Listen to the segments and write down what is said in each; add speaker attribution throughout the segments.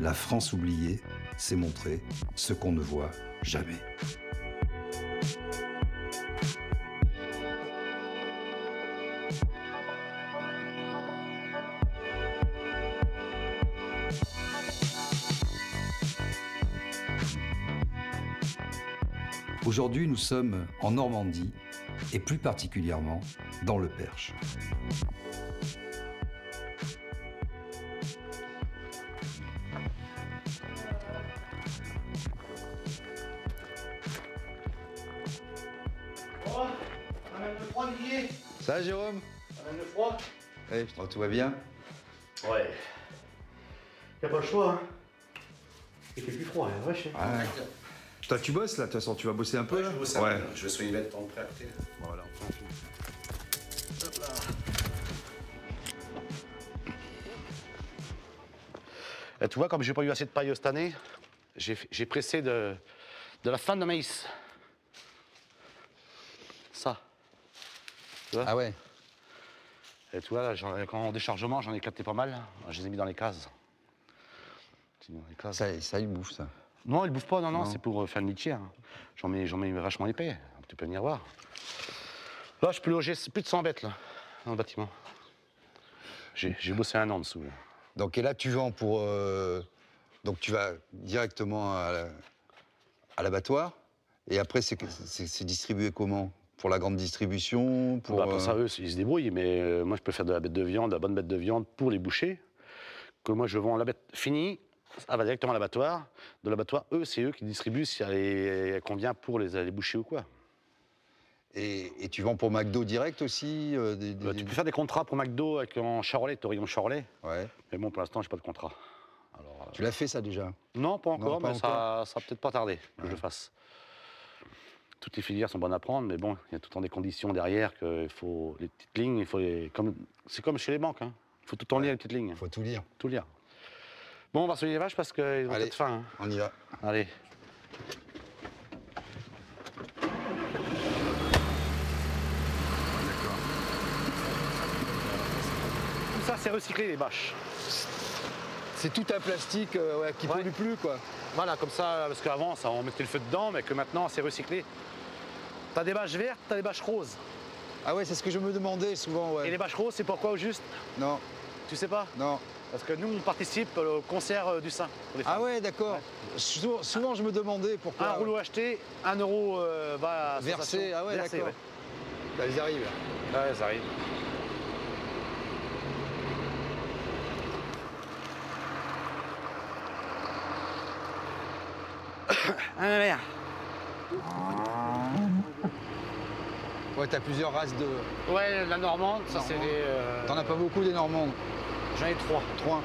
Speaker 1: La France oubliée, c'est montrer ce qu'on ne voit jamais. Aujourd'hui, nous sommes en Normandie et plus particulièrement dans le Perche.
Speaker 2: Oh, amène le froid, Didier
Speaker 1: Ça va, Jérôme
Speaker 2: Amène le froid
Speaker 1: Eh, je trouve tout va bien.
Speaker 2: Ouais. Y'a pas le choix, hein. Il fait plus froid, hein, wesh.
Speaker 1: Ouais. Toi, tu bosses là, de toute façon, tu vas bosser un peu là Ouais.
Speaker 3: Je vais sur une bête temps de prêt.
Speaker 1: Voilà.
Speaker 2: Et Eh, tu vois, comme j'ai pas eu assez de paille cette année, j'ai j'ai pressé de, de la fin de maïs. Ça.
Speaker 1: Ah ouais
Speaker 2: Et tu vois, là, j'en- quand en déchargement, j'en ai capté pas mal. Je les ai mis dans les cases. Je les ai mis Dans les cases.
Speaker 1: Ça, ça il bouffe ça.
Speaker 2: Non, ils bouffent pas, non, non, c'est pour euh, faire une litière. J'en mets, j'en mets vachement épais. Tu peux venir voir. Là, je peux loger plus de 100 bêtes, là, dans le bâtiment. J'ai j'ai bossé un an en dessous. là.
Speaker 1: Donc, et là, tu vends pour. euh, Donc, tu vas directement à la- à l'abattoir et après, c'est c'est- c'est distribué comment Pour la grande distribution Pour.
Speaker 2: Bah, pour ça,
Speaker 1: euh,
Speaker 2: eux, ils se débrouillent, mais euh, moi, je peux faire de la bête de viande, de la bonne bête de viande pour les bouchers. Que moi, je vends la bête finie, ça va directement à l'abattoir. De l'abattoir, eux, c'est eux qui distribuent si elle, est- elle convient pour les, les bouchers ou quoi.
Speaker 1: Et, et tu vends pour McDo direct aussi euh, des- des-
Speaker 2: Bah, tu peux faire des contrats pour McDo avec en charolais, Torillon charolais.
Speaker 1: Ouais.
Speaker 2: Mais bon, pour l'instant, j'ai pas de contrat. Alors, euh,
Speaker 1: Tu l'as fait ça déjà
Speaker 2: Non, pas encore,
Speaker 1: pas
Speaker 2: mais ça, ça va peut-être pas tarder que je le fasse. Toutes les filières sont bonnes à prendre, mais bon, il y a tout le temps des conditions derrière qu'il faut les petites lignes, il faut les- comme c'est comme chez les banques, hein. Il faut tout le temps lire les petites lignes,
Speaker 1: Faut tout lire.
Speaker 2: tout lire. Bon, on va soigner les vaches parce qu'ils ont
Speaker 1: Allez.
Speaker 2: peut-être faim.
Speaker 1: On y va.
Speaker 2: hein. Allez. Tout ça, c'est recyclé les vaches.
Speaker 1: C'est tout un plastique euh, ouais, qui
Speaker 2: Ouais.
Speaker 1: pollue plus, quoi.
Speaker 2: Voilà, comme ça, parce qu'avant, ça, on mettait le feu dedans, mais que maintenant, c'est recyclé. T'as des bâches vertes, t'as des bâches roses.
Speaker 1: Ah ouais, c'est ce que je me demandais souvent, ouais.
Speaker 2: Et les bâches roses, c'est pourquoi au juste
Speaker 1: Non,
Speaker 2: Tu sais pas
Speaker 1: non.
Speaker 2: Parce que nous, on participe au concert euh, du sein. pour les
Speaker 1: Ah
Speaker 2: femmes.
Speaker 1: ouais, d'accord. Sou- Souvent, je me demandais
Speaker 2: Un
Speaker 1: pourquoi.
Speaker 2: Ah, rouleau acheté, un euro euh, va à la
Speaker 1: Versé,
Speaker 2: sensation.
Speaker 1: ah ouais,
Speaker 2: Versé,
Speaker 1: d'accord. Là, bah, ils arrivent. là.
Speaker 2: ouais. Ouais, ça arrive. Ah, ma mère.
Speaker 1: Ouais, t'as plusieurs races de.
Speaker 2: Ouais, la Normande, ça c'est
Speaker 1: Normande.
Speaker 2: les. euh,
Speaker 1: T'en as pas beaucoup des Normandes.
Speaker 2: J'en ai trois.
Speaker 1: Trois.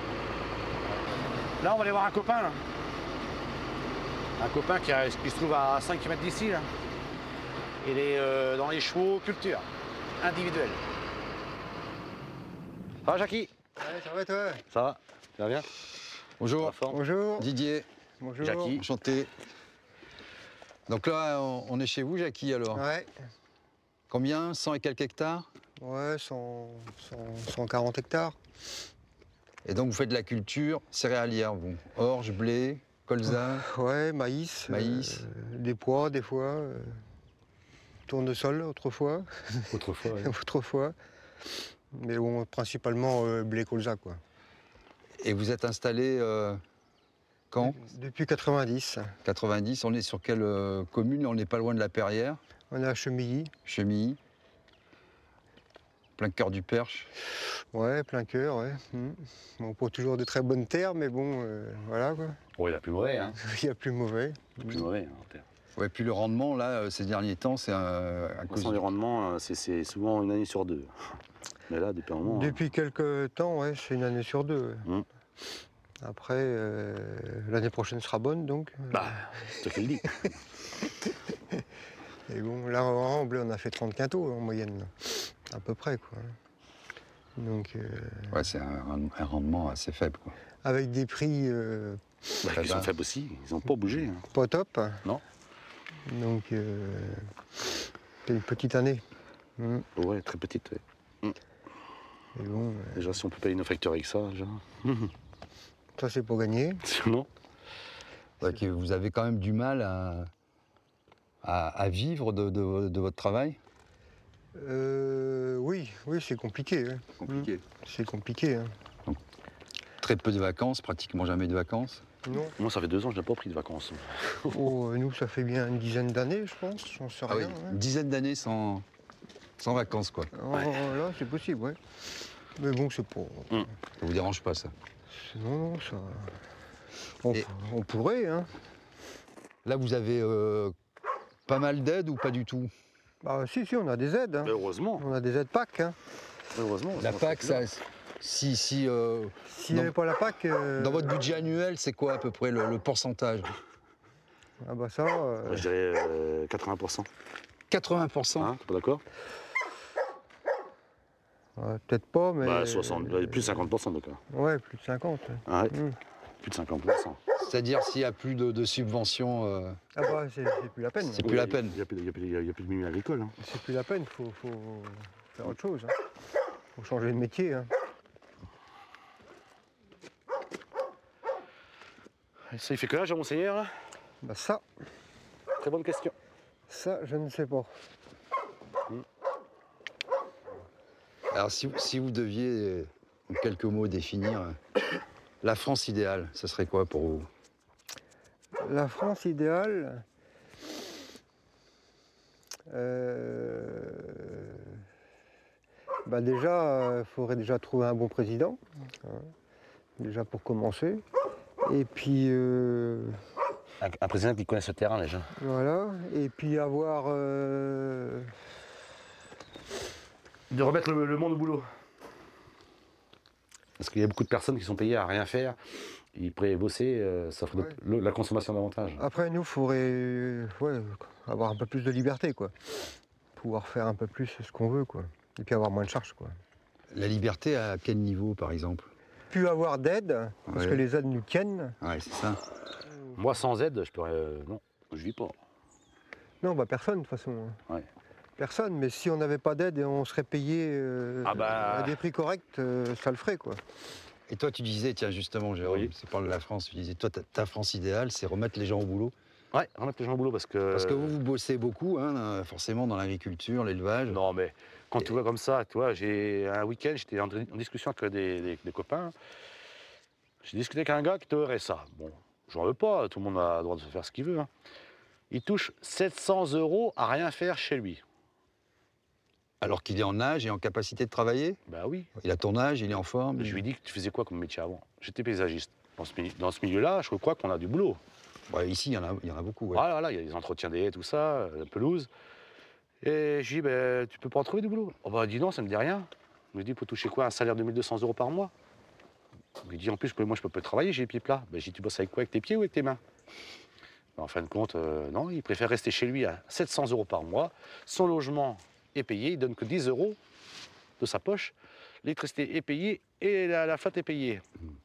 Speaker 2: Là, on va aller voir un copain. Là. Un copain qui, a- qui se trouve à 5 km d'ici. là. Il est euh, dans les chevaux culture, individuelle. Ça va, Jackie
Speaker 4: Ça va toi
Speaker 2: Ça va Tu vas bien
Speaker 1: Bonjour.
Speaker 2: La forme.
Speaker 4: Bonjour.
Speaker 1: Didier,
Speaker 4: Bonjour.
Speaker 2: Jackie.
Speaker 1: enchanté. Donc là, on, on est chez vous, Jackie, alors.
Speaker 4: Ouais.
Speaker 1: Combien 100 et quelques hectares
Speaker 4: Ouais, 100, 100, 140 hectares.
Speaker 1: Et donc, vous faites de la culture céréalière, vous Orge, blé, colza.
Speaker 4: Ouais, maïs.
Speaker 1: Maïs.
Speaker 4: euh, des pois, des fois. euh, tournesol, autrefois.
Speaker 2: Autrefois,
Speaker 4: autrefois. Mais bon, principalement euh, blé colza, quoi.
Speaker 1: Et vous êtes installé euh, quand
Speaker 4: Depuis 90,
Speaker 1: 90. On est sur quelle euh, commune On n'est pas loin de la Perrière,
Speaker 4: on est à Chemilly.
Speaker 1: Chemilly, plein cœur du Perche.
Speaker 4: Ouais, plein cœur, ouais. Mm. Bon, on prend toujours de très bonnes terres, mais bon, euh, voilà, quoi.
Speaker 2: Bon, il a plus mauvais, hein
Speaker 4: Il y a plus mauvais.
Speaker 2: Il a plus mauvais. hein, en terre.
Speaker 1: Ouais, puis le rendement, là, euh, ces derniers temps, c'est euh, à
Speaker 2: Au
Speaker 1: cause
Speaker 2: sein
Speaker 1: du-
Speaker 2: du rendement, euh, c'est- c'est souvent une année sur deux. Mais là, depuis un moment. hein.
Speaker 4: Depuis quelques temps, ouais, c'est une année sur deux. ouais.
Speaker 2: Mm.
Speaker 4: Après, euh, l'année prochaine sera bonne, donc. euh,
Speaker 5: Bah, c'est ce qu'il dit.
Speaker 4: Et bon, là, en blé, on a fait 30 quintaux en moyenne, là. à peu près, quoi. Donc, euh,
Speaker 6: Ouais, c'est un, rend- un rendement assez faible. Quoi.
Speaker 4: avec des prix euh,
Speaker 5: Bah,
Speaker 6: Très
Speaker 5: ils sont
Speaker 6: bas.
Speaker 5: faibles aussi, ils n'ont pas bougé. hein.
Speaker 4: pas top.
Speaker 5: Non.
Speaker 4: Donc, euh, c'est une petite année. Mm.
Speaker 5: Ouais, très petite. ouais.
Speaker 4: Et bon, euh,
Speaker 5: Déjà, si on peut payer nos facteurs avec ça, déjà.
Speaker 4: ça, c'est pour gagner.
Speaker 5: Sinon,
Speaker 6: Donc, euh, vous avez quand même du mal à, à, à vivre de, de- de votre travail
Speaker 4: Euh, oui, oui, c'est compliqué. hein.
Speaker 1: Compliqué.
Speaker 4: C'est compliqué. hein.
Speaker 6: Très peu de vacances, pratiquement jamais de vacances.
Speaker 4: Non.
Speaker 5: moi, ça fait deux ans que je n'ai pas pris de vacances.
Speaker 4: Oh, euh, nous, ça fait bien une dizaine d'années, je pense. J'en sais
Speaker 6: Ah oui,
Speaker 4: rien.
Speaker 6: une
Speaker 4: ouais.
Speaker 6: dizaine d'années sans, sans vacances, quoi.
Speaker 4: Oh, là, c'est possible, ouais. Mais bon, c'est pour.
Speaker 6: Ça vous dérange pas, ça
Speaker 4: Non, non, ça. On,
Speaker 6: Et-
Speaker 4: on pourrait, hein.
Speaker 6: Là, vous avez euh, pas mal d'aide ou pas du tout
Speaker 4: Bah, si, si, on a des aides. hein.
Speaker 5: Mais
Speaker 6: Euh.
Speaker 5: Heureusement,
Speaker 4: On a des aides PAC. Hein.
Speaker 5: heureusement.
Speaker 6: La
Speaker 5: c'est
Speaker 6: PAC,
Speaker 5: là.
Speaker 6: ça, si, si, euh,
Speaker 4: S'il n'y
Speaker 6: Non.
Speaker 4: avait pas la PAC. euh,
Speaker 6: dans votre budget annuel, c'est quoi à peu près le, le pourcentage
Speaker 4: Ah, bah, ça. euh,
Speaker 5: Moi, je dirais euh, 80%.
Speaker 6: 80%.
Speaker 5: Hein, t'es pas d'accord
Speaker 4: ouais, Peut-être pas, mais.
Speaker 5: Bah, 60, ouais, plus de 50% donc. hein.
Speaker 4: Ouais, plus de 50. ouais.
Speaker 5: Ah ouais,
Speaker 4: Mm.
Speaker 5: plus de 50%.
Speaker 6: C'est-à-dire s'il n'y a plus de, de subventions. euh,
Speaker 4: Ah, bah, c'est c'est plus la peine.
Speaker 6: C'est
Speaker 4: hein.
Speaker 6: plus la peine.
Speaker 5: Il n'y a, plus de- y a plus de- y a plus de milieu agricole. hein.
Speaker 4: C'est plus la peine, faut, faut faire autre chose. hein. Faut changer de métier. hein.
Speaker 5: Ça, il fait que là, Monseigneur là
Speaker 4: Bah, ça,
Speaker 5: Très bonne question.
Speaker 4: ça, je ne sais pas.
Speaker 6: Alors si, si vous deviez, euh, en quelques mots, définir euh, la France idéale, ce serait quoi pour vous
Speaker 4: La France idéale. euh, Bah déjà, il faudrait déjà trouver un bon président, hein, déjà pour commencer. Et puis euh,
Speaker 5: Un, président qui connaît ce terrain déjà.
Speaker 4: voilà. Et puis avoir euh,
Speaker 5: De remettre le, le monde au boulot. Parce qu'il y a beaucoup de personnes qui sont payées à rien faire. Ils pourraient bosser, euh, ça ferait de-
Speaker 4: Ouais.
Speaker 5: le- la consommation davantage.
Speaker 4: après nous, faudrait euh, ouais, avoir un peu plus de liberté, quoi. Pouvoir faire un peu plus ce qu'on veut, quoi. Et puis avoir moins de charges, quoi.
Speaker 6: La liberté à quel niveau, par exemple
Speaker 4: Plus avoir d'aide, parce
Speaker 6: Ouais.
Speaker 4: que les aides nous tiennent.
Speaker 6: Ouais, c'est ça.
Speaker 5: Moi, sans aide, je pourrais. euh, non, je vis pas.
Speaker 4: Non, bah personne de toute façon. hein.
Speaker 5: Ouais.
Speaker 4: Personne, mais si on n'avait pas d'aide et on serait payé euh,
Speaker 5: Ah bah.
Speaker 4: à des prix corrects, euh, ça le ferait quoi.
Speaker 6: Et toi, tu disais, tiens, justement, Jérôme,
Speaker 5: Oui.
Speaker 6: tu parles de la France, tu disais, toi, ta, ta France idéale, c'est remettre les gens au boulot.
Speaker 5: Ouais, remettre les gens au boulot parce que.
Speaker 6: Parce que vous, vous bossez beaucoup, hein, euh, forcément, dans l'agriculture, l'élevage.
Speaker 5: Non, mais quand
Speaker 6: Et-
Speaker 5: tu vois comme ça, tu vois, j'ai un week-end, j'étais en, en discussion avec des, des- des copains. J'ai discuté avec un gars qui était au RSA. Bon, j'en veux pas, tout le monde a le droit de faire ce qu'il veut. hein. Il touche 700 euros à rien faire chez lui.
Speaker 6: Alors qu'il est en âge et en capacité de travailler.
Speaker 5: Bah oui.
Speaker 6: Il a ton âge, il est en forme.
Speaker 5: Je lui ai dit que tu faisais quoi comme métier avant J'étais paysagiste. Dans ce, mi- dans ce milieu-là, je crois qu'on a du boulot.
Speaker 6: Ouais, ici, il y, en a, il y en a beaucoup. ouais.
Speaker 5: Ah là là, il y a les entretiens des haies, tout ça, euh, la pelouse. Et je lui dis, ben, tu peux pas en trouver du boulot Oh bah dis non, ça me dit rien. Il me dit, pour toucher quoi Un salaire de 1200 euros par mois Il me dit, en plus, que moi je peux pas travailler, j'ai les pieds plats. Ben, je lui dis, tu bosses avec quoi Avec tes pieds ou avec tes mains Ben, En fin de compte, euh, non, il préfère rester chez lui à 700 euros par mois. Son logement est payé, il donne que 10 euros de sa poche. L'électricité est payée et la, la flotte est payée.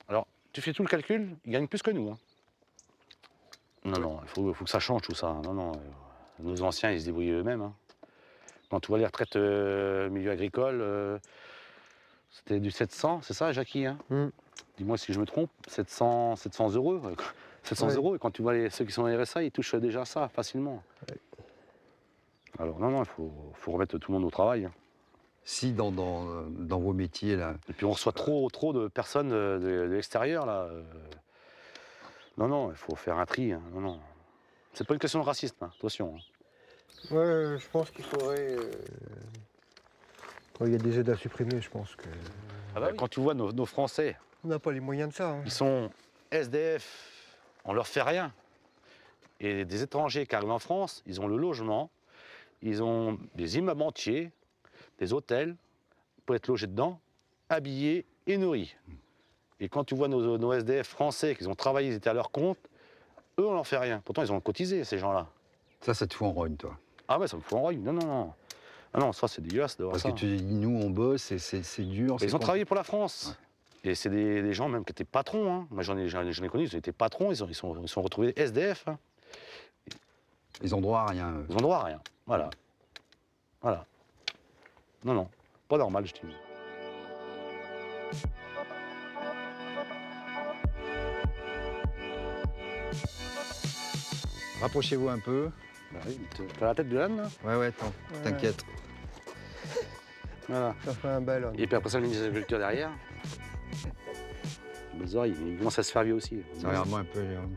Speaker 5: Alors, tu fais tout le calcul, il gagne plus que nous. hein. Non, non, il faut, faut que ça change tout ça. Non, non, euh, nos anciens, ils se débrouillaient eux-mêmes. hein. Quand tu vois les retraites euh, milieu agricole, euh, c'était du 700, c'est ça, Jackie hein
Speaker 4: Mm.
Speaker 5: Dis-moi si je me trompe, 700, 700 euros. euh, 700
Speaker 4: Ouais.
Speaker 5: euros, et quand tu vois les- ceux qui sont en RSA, ils touchent déjà ça facilement. Alors, non, non, il faut, faut remettre tout le monde au travail. hein.
Speaker 6: Si dans, dans, euh, dans vos métiers, là,
Speaker 5: Et puis on reçoit trop, trop de personnes euh, de, de l'extérieur là. euh. Non, non, il faut faire un tri. hein. Non, non. C'est pas une question de racisme, hein, attention. hein.
Speaker 4: Ouais, je pense qu'il faudrait. euh, il y a des aides à supprimer, je pense que.
Speaker 5: Euh, Quand tu vois nos, nos Français,
Speaker 4: On n'a pas les moyens de ça. hein.
Speaker 5: ils sont SDF, on leur fait rien. Et des étrangers qui arrivent en France, ils ont le logement, ils ont des immeubles entiers, des hôtels, pour être logés dedans, habillés et nourris. Et quand tu vois nos, nos SDF français qui ont travaillé, ils étaient à leur compte, eux, on leur fait rien. Pourtant, ils ont cotisé, ces gens-là.
Speaker 6: Ça, ça te fout en rogne, toi.
Speaker 5: Ah ouais, ça me fout en rogne. Non, non, non. Ah non, ça, c'est dégueulasse de voir
Speaker 6: Parce
Speaker 5: ça. hein.
Speaker 6: que tu dis, nous, on bosse, et c'est c'est dur.
Speaker 5: Mais
Speaker 6: c'est
Speaker 5: Ils ont
Speaker 6: compliqué.
Speaker 5: travaillé pour la France. Et c'est des, des gens même qui étaient patrons. hein. Moi, j'en ai, j'en ai- j'en ai connu, ils étaient patrons, ils ont- ils sont, ils sont retrouvés SDF. hein.
Speaker 6: Ils ont droit à rien. eux.
Speaker 5: Ils ont droit à rien. Voilà. Voilà. Non, non. Pas normal, je te dis.
Speaker 6: Rapprochez-vous un peu.
Speaker 5: Bah T'as la tête de l'âne, là
Speaker 6: Ouais, ouais, t'en-
Speaker 4: Ouais.
Speaker 6: t'inquiète.
Speaker 5: Voilà.
Speaker 4: Ça fait un bel homme.
Speaker 5: Et puis après ça, le ministre de l'Agriculture derrière. Mes oreilles, il commence à se faire vieux aussi.
Speaker 6: Regarde-moi un peu, Jérôme.